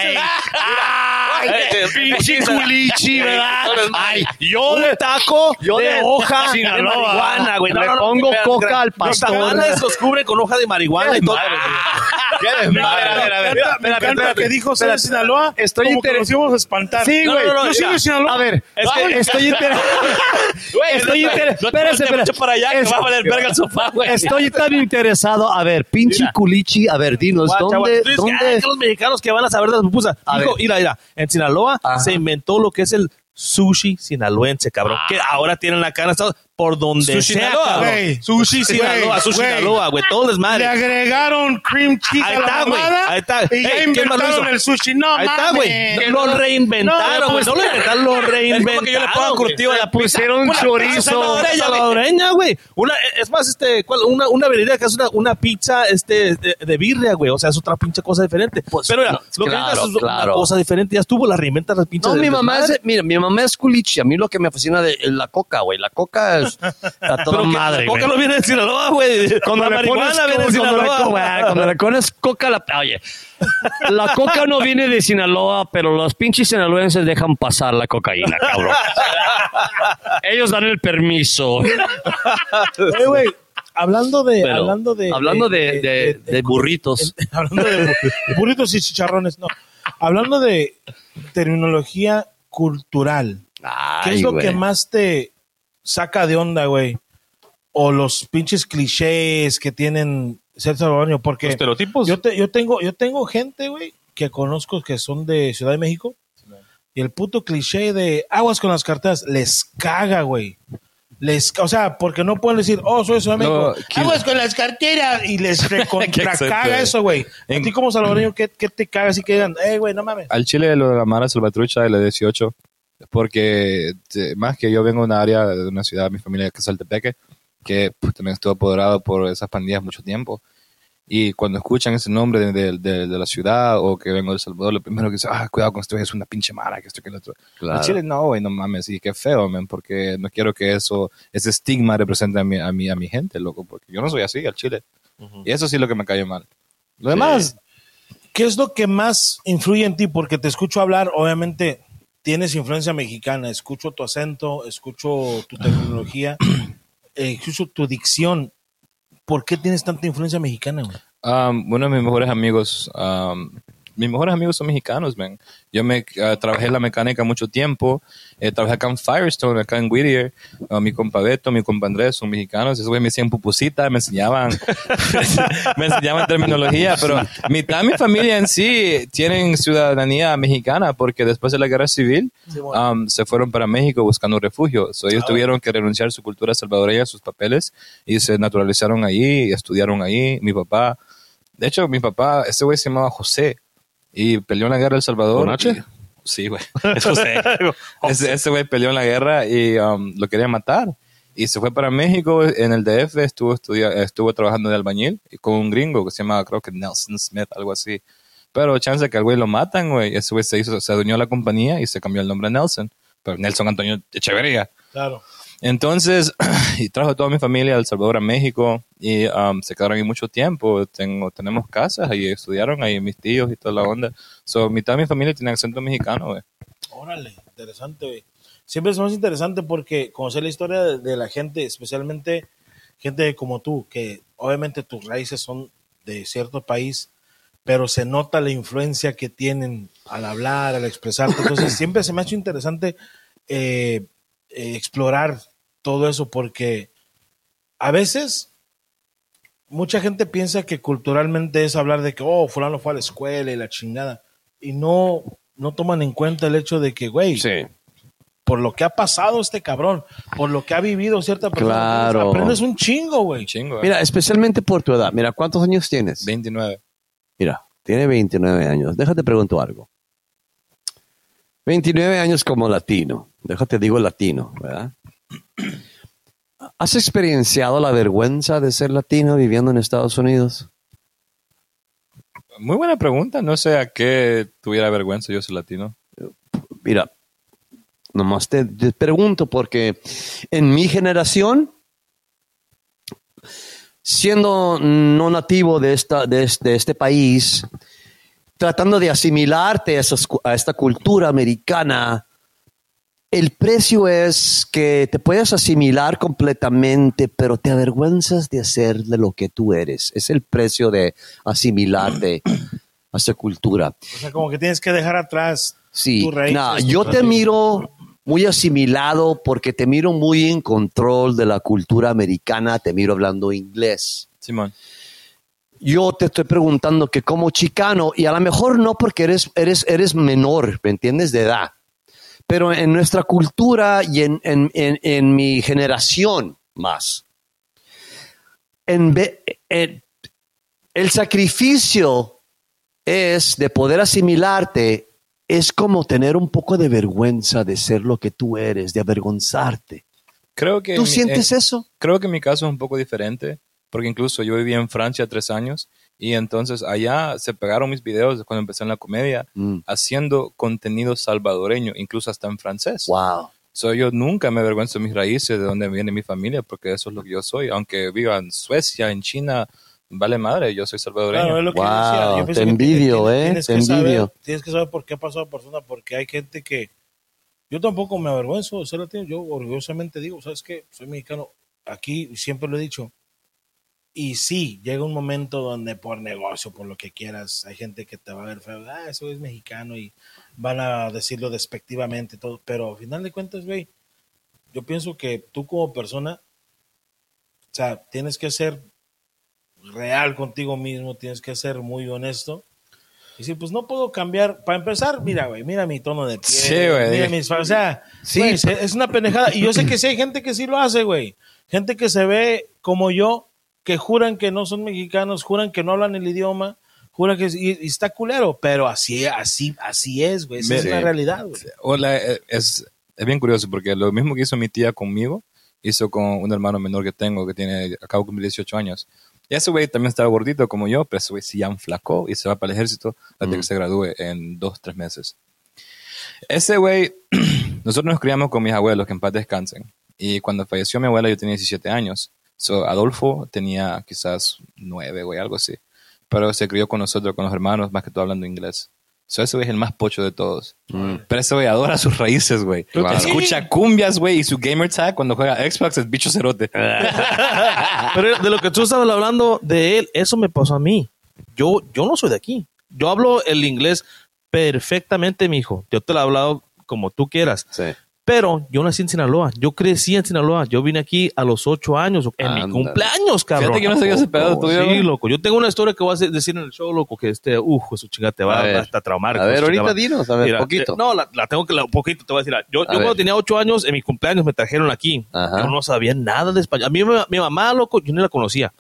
sinaloenses.
ay,
Ay,
pinche
pinche
culichi, ¿verdad? Ay, yo de taco, yo de hoja, de marihuana, güey.
No,
Le
no, no,
pongo
mira,
coca
mira,
al
Los
pastor.
tamales los cubren con hoja de marihuana y todo.
A ver, a ver, me encanta que dijo ser de Sinaloa.
Estoy
como
inter-
que nos íbamos a espantar.
Sí,
No,
güey.
No, no,
Yo
yo soy de Sinaloa.
A ver, es que estoy inter... Estoy inter... Espérese, espérese.
para allá,
Es-
que va a valer verga el sofá, güey.
Estoy tan interesado. A ver, pinche culichi, a ver, dinos,
Guacha, guacha.
Pues, ¿dónde,
Tú dices, "Ay,
dónde?
ah, que los mexicanos que van a saber de las pupusas.
A
Dijo,
ver.
mira, mira, en Sinaloa
Ajá.
se inventó lo que es el sushi sinaloense, cabrón. Que ahora tienen la cara Estados- por donde
Ah. Sushi
sea,
Sinaloa,
cabrón.
güey.
Sushi Sinaloa,
Güey,
sushi
güey.
Sinaloa, güey. Todo
Le
desmadre.
agregaron cream cheese
Ahí
a la
está, güey.
mamada
Ahí
Y
está.
ya
Ey, ¿quién más lo
inventaron
hizo?
el sushi. No,
Ahí está, güey.
mames.
No, Lo reinventaron,
No,
pues
güey. No lo inventaron, lo
Es como
reinventaron.
que yo le pongo
güey.
curtido a la puse.
Pusieron
Pizza
chorizo.
salvadoreña, güey. Una, es más, este, ¿cuál? Una, una vereda que es una, una pizza este, de, de birria, güey. O sea, es otra pinche cosa diferente.
Pues,
Pero mira,
no,
lo
claro,
que es una
claro.
cosa diferente. Ya estuvo, la reinventan las pinches.
No,
de-
mi
de
mamá
madre.
es, mira, mi mamá es culichi. A mí lo que me fascina de es la coca, güey. La coca es a toda
Pero que-
madre,
¿por qué
güey.
no viene de Sinaloa, güey? La
Cuando le pones
marihuana viene de
cuando le-
Sinaloa.
güey, cuando le pones coca, la, oye, la coca no viene de Sinaloa, pero los pinches sinaloenses dejan pasar la cocaína, cabrón. Ellos dan el permiso.
Oye, güey, hablando de...
Pero,
hablando de...
hablando de, de- de burritos,
hablando de bu- burritos y chicharrones, no. Hablando de terminología cultural, ¿qué
Ay,
es lo
güey.
que más te saca de onda, güey? O los pinches clichés que tienen ser salvadoreño, porque
Los estereotipos.
yo, te- yo tengo, yo tengo gente, güey, que conozco que son de Ciudad de México y el puto cliché de aguas con las carteras les caga, güey. Les, ca- o sea, porque no pueden decir, oh, soy de Ciudad de
No,
México.
que-
Aguas con las carteras y les recontra
exacto,
caga
güey.
eso, güey. A
En-
ti como salvadoreño, ¿qué, qué te caga así que digan, eh, güey, no mames?
al chile lo de la Mara Salvatrucha de la 18, porque te- más que yo vengo de una área, de una ciudad, mi familia que es Saltepeque, que pues, también estuvo apoderado por esas pandillas mucho tiempo. Y cuando escuchan ese nombre de, de- de- de la ciudad o que vengo de El Salvador, lo primero que dicen, ah, cuidado con esto, es una pinche mara, que esto, que lo otro.
Claro.
Al Chile, no, güey, no mames, y qué feo, men, porque no quiero que eso, ese estigma represente a mi, a mi, a mi gente, loco, porque yo no soy así al Chile. Y eso sí es lo que me cayó mal. Lo demás,
¿Qué es lo que más influye en ti? Porque te escucho hablar, obviamente tienes influencia mexicana, escucho tu acento, escucho tu tecnología, eh, escucho tu dicción. ¿Por qué tienes tanta influencia mexicana, güey?
Um, uno de mis mejores amigos, um, mis mejores amigos son mexicanos, man. Yo me ah, trabajé en la mecánica mucho tiempo, eh, trabajé acá en Firestone, acá en Whittier, Ah, mi compa Beto, mi compa Andrés son mexicanos, esos güeyes me hacían pupusita, me enseñaban, me enseñaban terminología, pero mitad de mi familia en sí tienen ciudadanía mexicana porque después de la guerra civil um, se fueron para México buscando refugio, So, ellos tuvieron que renunciar a su cultura salvadoreña, sus papeles y se naturalizaron allí, y estudiaron allí, mi papá. De hecho, mi papá, ese güey se llamaba José y peleó en la guerra de El Salvador.
¿Con H?
Y- sí, güey. Es José. Ese ese güey peleó en la guerra y um, lo querían matar. Y se fue para México, en el DF, estuvo, estudia- estuvo trabajando de albañil y con un gringo que se llamaba, creo que Nelson Smith, algo así. Pero chance que al güey lo matan, güey. Ese güey se hizo, se adueñó la compañía y se cambió el nombre a Nelson. Pero Nelson Antonio Echeverría.
Claro.
Entonces, y trajo a toda mi familia a El Salvador, a México, y um, se quedaron ahí mucho tiempo. Tengo, tenemos casas ahí, estudiaron ahí mis tíos y toda la onda. So, mitad de mi familia tiene acento mexicano, güey.
Órale, interesante, güey. Siempre es más interesante porque conocer la historia de, de la gente, especialmente gente como tú, que obviamente tus raíces son de cierto país, pero se nota la influencia que tienen al hablar, al expresarte. Entonces, siempre se me ha hecho interesante eh, eh, explorar todo eso porque a veces mucha gente piensa que culturalmente es hablar de que, oh, fulano fue a la escuela y la chingada. Y no, no toman en cuenta el hecho de que, güey,
Sí.
por lo que ha pasado este cabrón, por lo que ha vivido cierta persona,
Claro.
aprendes un chingo, güey.
Chingo, ¿eh? güey.
Mira, especialmente por tu edad. Mira, ¿cuántos años tienes?
29.
Mira, tiene 29 años. Déjate pregunto algo. 29 años como latino. Déjate digo latino, ¿verdad? ¿Has experienciado la vergüenza de ser latino viviendo en Estados Unidos?
Muy buena pregunta. No sé a qué tuviera vergüenza yo soy latino.
Mira, nomás te, te pregunto porque en mi generación, siendo no nativo de, esta, de, es- de este país, tratando de asimilarte a, esas cu- a esta cultura americana, el precio es que te puedes asimilar completamente, pero te avergüenzas de hacer de lo que tú eres. Es el precio de asimilarte a esta cultura.
O sea, como que tienes que dejar atrás
Sí,
tus raíces,
nah,
tus
yo te
raíces.
miro muy asimilado porque te miro muy en control de la cultura americana, te miro hablando inglés.
Simón.
Yo te estoy preguntando que como chicano, y a lo mejor no porque eres, eres, eres menor, ¿me entiendes? De edad. Pero en nuestra cultura y en, en- en- en mi generación más, en ve- en- el sacrificio es de poder asimilarte, es como tener un poco de vergüenza de ser lo que tú eres, de avergonzarte.
Creo que
¿Tú
mi-
sientes
eh,
eso?
Creo que mi caso es un poco diferente, porque incluso yo viví en Francia tres años y entonces allá se pegaron mis videos cuando empecé en la comedia
Mm.
haciendo contenido salvadoreño, incluso hasta en francés.
Wow.
So, yo nunca me avergüenzo de mis raíces, de dónde viene mi familia, porque eso es lo que yo soy. Aunque viva en Suecia, en China, vale madre, yo soy salvadoreño.
Claro, es lo que yo
Wow,
decía. Yo pienso
te
que
envidio,
tienes-
eh,
tienes
te
que saber-
envidio.
tienes que saber por qué ha pasado persona, porque hay gente que. Yo tampoco me avergüenzo de ser latino. Yo orgullosamente digo, ¿sabes qué? Soy mexicano. Aquí siempre lo he dicho. Y sí, llega un momento donde por negocio, por lo que quieras, hay gente que te va a ver feo. Ah, eso es mexicano y van a decirlo despectivamente y todo. Pero al final de cuentas, güey, yo pienso que tú como persona, o sea, tienes que ser real contigo mismo, tienes que ser muy honesto. Y si pues no puedo cambiar, para empezar, mira, güey, mira mi tono de piel.
Sí, güey.
mira mis- o sea,
Sí.
güey, se- es una pendejada. Y yo sé que sí hay gente que sí lo hace, güey. Gente que se ve como yo, que juran que no son mexicanos, juran que no hablan el idioma, juran que... Y, y está culero, pero así, así, así es, güey. Esa es
Mire,
la realidad, güey.
Hola, eh, es, es bien curioso porque lo mismo que hizo mi tía conmigo, hizo con un hermano menor que tengo que tiene, acabo de cumplir 18 años. Y ese güey también estaba gordito como yo, pero ese güey sí ya enflacó y se va para el ejército hasta que se gradúe en dos, tres meses. Ese güey, nosotros nos criamos con mis abuelos, que en paz descansen. Y cuando falleció mi abuela yo tenía 17 años. So, Adolfo tenía quizás 9, güey, algo así. Pero se crió con nosotros, con los hermanos, más que todo hablando inglés. So, ese güey es el más pocho de todos. Pero ese güey adora sus raíces, güey. Escucha cumbias, güey, y su gamer tag cuando juega Xbox es bicho cerote.
Pero de lo que tú estabas hablando de él, eso me pasó a mí. Yo, yo no soy de aquí. Yo hablo el inglés perfectamente, mijo. Yo te lo he hablado como tú quieras. Pero yo nací en Sinaloa. Yo crecí en Sinaloa. Yo vine aquí a los ocho años, en
Ándale.
mi cumpleaños, cabrón.
Fíjate que no sabía ese pedazo tuyo.
Oh, Sí, loco. Yo tengo una historia que voy a hacer- decir en el show, loco, que este, uff, eso chingada te va
A ver.
a, hasta traumar.
A ver,
hijo de
ahorita
chingada.
dinos, a ver,
Mira,
poquito.
eh, no, la, la tengo que, la, poquito te voy a decir. Yo, yo
ver.
cuando tenía ocho años, en mi cumpleaños me trajeron aquí.
Ajá.
Yo no sabía nada de español. A mí, mi, mi mamá, loco, yo ni la conocía.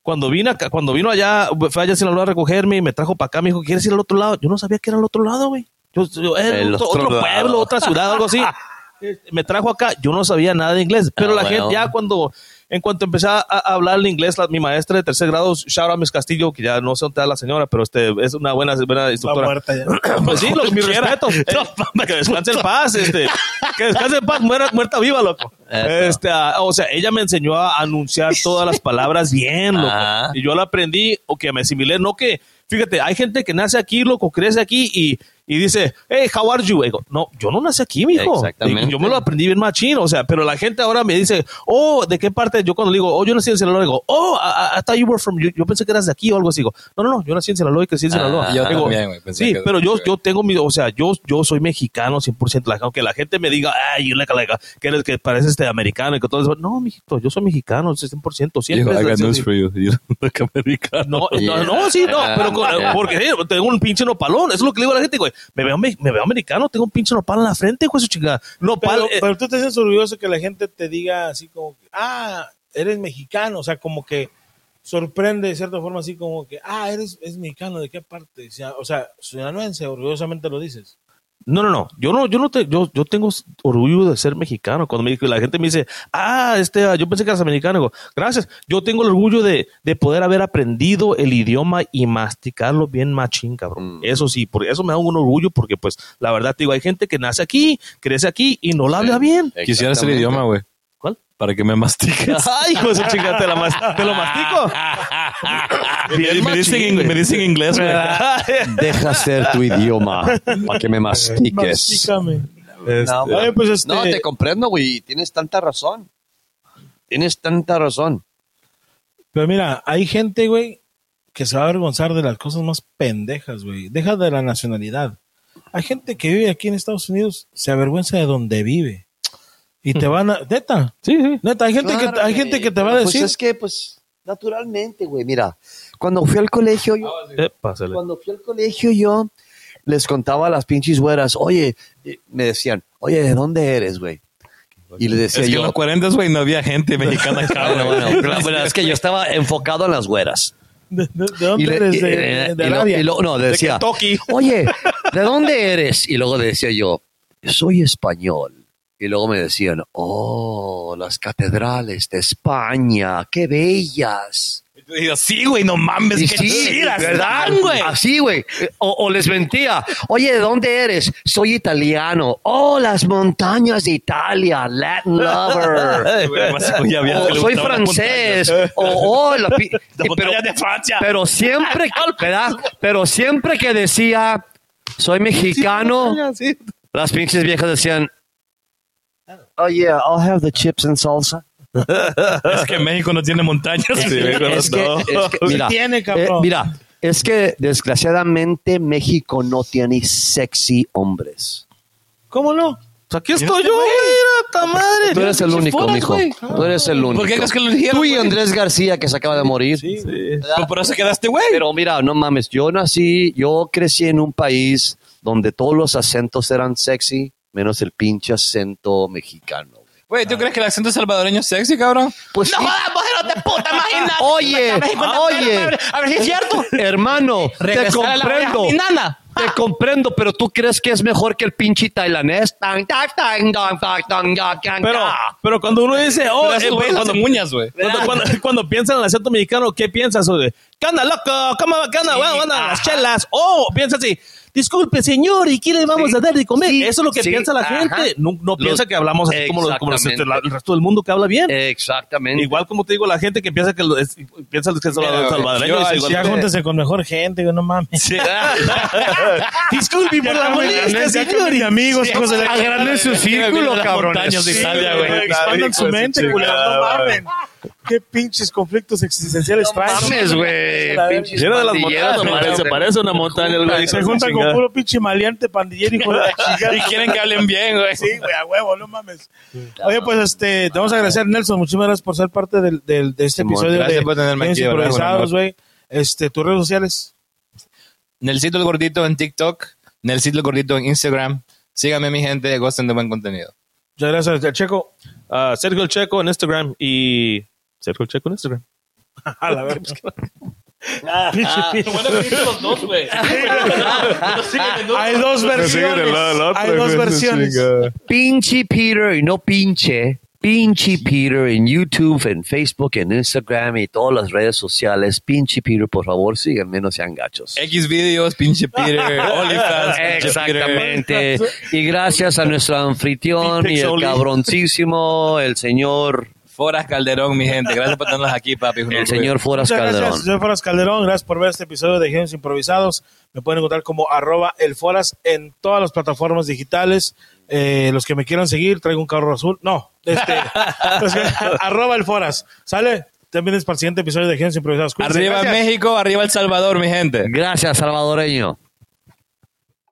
Cuando vino acá, cuando vino allá, fue allá a Sinaloa a recogerme y me trajo para acá, me dijo, ¿quieres ir al otro lado? Yo no sabía que era el otro lado, güey. Yo, yo, era
El
otro,
otro
otro
lado.
Eh, pueblo, otra ciudad, algo así. Me trajo acá, yo no sabía nada de inglés, pero
Ah,
la
bueno.
gente ya cuando En cuanto empecé a, a hablar el inglés, la- mi maestra de tercer grado, shout out Miss Castillo, que ya no sé dónde está la señora, pero este, es una buena, buena
Está
instructora.
muerta ya.
Pues sí, lo, mi respeto. Eh, que descanse en paz, este. Que descanse en paz, muera, muerta viva, loco. Este, ah, o sea, ella me enseñó a anunciar todas las palabras bien, loco.
Ajá.
Y yo la aprendí, o que me asimilé, no que, fíjate, hay gente que nace aquí, loco, crece aquí y, y dice, hey, how are you? Y digo, no, yo no nací aquí, mijo.
Exactamente.
Y Yo me lo aprendí bien machino, o sea, pero la gente ahora me dice, oh, ¿de qué parte? Yo cuando le digo, oh, yo nací en Sinaloa, digo, oh, I, I- I thought you were from, yo, yo pensé que eras de aquí o algo así. Digo, no, no, no, yo nací en Sinaloa y crecí en
Ah,
Sinaloa.
yo
Digo,
también, güey, pensé
Sí,
que-
pero yo, yo tengo mi, o sea, yo, yo soy mexicano 100%, la- aunque la gente me diga, ay, leca, leca, que eres, que pareces este americano y que todo eso. No, mijito, yo soy mexicano 100%, siempre. es- es-
you. You look like American.
no, eh, no, no, sí, no, pero con- porque eh, tengo un pinche nopalón, eso es lo que le digo a la gente, güey. Me veo, me, me veo americano, tengo un pinche nopal en la frente, güey, su chingada. Nopal,
Pero,
eh,
pero tú te sientes orgulloso que la gente te diga así como, que, ah, eres mexicano, o sea, como que sorprende de cierta forma así como que, ah, eres es mexicano, ¿de qué parte? O sea, O sea, ciudadanuense, orgullosamente lo dices.
No, no, no. Yo no, yo no te, yo, yo tengo s- orgullo de ser mexicano. Cuando me, la gente me dice, ah, este, ah, yo pensé que eras americano. Digo, Gracias. Yo tengo el orgullo de, de poder haber aprendido el idioma y masticarlo bien machín, cabrón. Eso sí, por eso me da un orgullo porque, pues, la verdad te digo, hay gente que nace aquí, crece aquí y no la habla bien.
Quisiera ese idioma, güey.
¿Cuál?
Para que me mastiques.
Ay, hijo de su chingada, te, la mas- te lo mastico.
me, dicen, en- me dicen inglés, güey.
Deja ser tu idioma para que me mastiques.
Mastícame.
No,
Oye, pues este,
No, te comprendo, güey. Tienes tanta razón. Tienes tanta razón.
Pero mira, hay gente, güey, que se va a avergonzar de las cosas más pendejas, güey. Deja de la nacionalidad. Hay gente que vive aquí en Estados Unidos, se avergüenza de donde vive. Y te van a... Neta,
Sí, sí.
neta, hay gente, que,
Claro,
hay
güey,
gente que te va a
pero
decir...
Pues es que, pues, naturalmente, güey. Mira, cuando fui al colegio, yo,
Ah,
Eh, pásale.
cuando fui al colegio, yo les contaba a las pinches güeras, oye, eh, me decían, oye, ¿de dónde eres, güey? Y les
Es
decía
que en
yo,
los 40, güey, no había gente mexicana acá,
bueno,
güey.
bueno, pero- pero es que yo estaba enfocado en las güeras.
¿De, de- de dónde
Y le-
eres?
y-
de,
eh,
de
y lo-
Arabia.
y lo- no, decía,
Kentucky.
oye, ¿de dónde eres? Y luego decía yo, soy español. Y luego me decían, oh, las catedrales de España, qué bellas.
Y yo, sí, güey, no mames,
Y
qué
sí,
chidas
¿verdad?
están, güey.
Así, güey. O, o les mentía. Oye, ¿de dónde eres? Soy italiano. Oh, las montañas de Italia, Latin lover.
Güey, más, güey, ya
Oh,
había-
O, soy francés. O, oh, la pi-
Las
y- pero,
montañas de Francia.
pero siempre, ¿verdad? Pero siempre que decía, soy mexicano, las pinches viejas decían, oh yeah, I'll have the chips and salsa.
Es que México no tiene montañas.
Es que- es que, mira,
tiene, cabrón.
eh, mira, es que desgraciadamente México no tiene sexy hombres.
¿Cómo no?
Pues aquí estoy yo, güey. ¡Puta madre!
Tú eres el único,
Fueras,
mijo.
güey.
Tú eres el único.
¿Por qué crees que lo eligieron?
Tú y
güey?
Andrés García, que se acaba de morir.
Pues Por eso quedaste, güey.
Pero mira, no mames, yo nací, yo crecí en un país donde todos los acentos eran sexy, menos el pinche acento mexicano. güey.
Güey, ¿tú crees que el acento salvadoreño es sexy, cabrón?
Pues sí.
mujer de puta, imagínate.
Oye, oye,
A ver si es cierto.
hermano, te
Regresar a la Ah. oreja
comprendo.
de mi nana.
Te comprendo, pero tú crees que es mejor que el pinche tailandés. Tan, tan, tan, tan, tan, tan, tan, tan.
Pero, pero cuando uno dice, oh,
Pero
eh,
esos güeyes
cuando,
hacen uñas, güey.
Cuando, cuando, cuando piensan en el acento mexicano, ¿qué piensas? Oye? ¿Qué onda, loco? ¿Cómo va? ¿Qué onda? Bueno, bueno, las chelas. Oh, piensa así. Disculpe, señor, ¿y qué le vamos
Sí,
a dar de comer?
sí,
Eso es lo que
sí,
piensa la
ajá.
gente. No, no piensa que hablamos así como, los- como los-
Exactamente.
la- el resto del mundo que habla bien.
Exactamente.
Igual como te digo, la gente que piensa que lo- es, piensa que es
Mira,
salvadoreño.
yo
es
al
igual.
Ya júntese con mejor gente, güey, no mames.
Disculpe por la molestia, señor.
de amigos, hijos de
pues,
la-
Agranden su círculo, cabrones.
Sí, güey, Expandan su mente, culeros, no mames. Qué pinches conflictos existenciales traen. no
mames, güey.
A la verga.
Pinches pandilleros,
montañas,
hombre.
se parece a una montaña. el güey.
Se juntan con puro pinche maleante pandillero, hijo de la chingada.
Y quieren que hablen bien, güey.
Sí, güey, a huevo, no mames. Oye, pues este, te vamos a agradecer, Nelson. Muchísimas gracias por ser parte del, del- de este
Simón,
episodio
gracias
de
por tenerme
Guiones
aquí, de verdad,
Improvisados,
buena
güey. Este, tus redes sociales.
Nelsito el Gordito en TikTok. Nelsito el Gordito en Instagram. Síganme, mi gente. Gocen de buen contenido.
Muchas gracias, Checo.
Ah, Sergio El Checo en Instagram y... Sergio El Checo en Instagram.
A la verga. Pinche pinche.
los dos, güey.
Hay dos versiones. Hay dos versiones.
Pinche Peter y no pinche
Pinche Peter en YouTube, en Facebook, en Instagram y todas las redes sociales. Pinche Peter, por favor, síganme, no sean gachos.
X videos, pinche Peter, OnlyFans, pinche Peter.
Exactamente. Este, Y gracias a nuestro anfitrión y el cabroncísimo, el señor,
Foras Calderón, mi gente. Gracias por tenernos aquí, papi.
el señor Foras
Muchas
Calderón.
gracias, señor Foras Calderón. Gracias por ver este episodio de Genios Improvisados. Me pueden encontrar como arroba el Foras en todas las plataformas digitales. Eh, los que me quieran seguir, traigo un carro azul. No, este, los que- arroba el Foras. ¿Sale? También es para el siguiente episodio de Genios Improvisados. Cuídense.
Arriba
Gracias.
México, arriba El Salvador, mi gente.
Gracias, salvadoreño.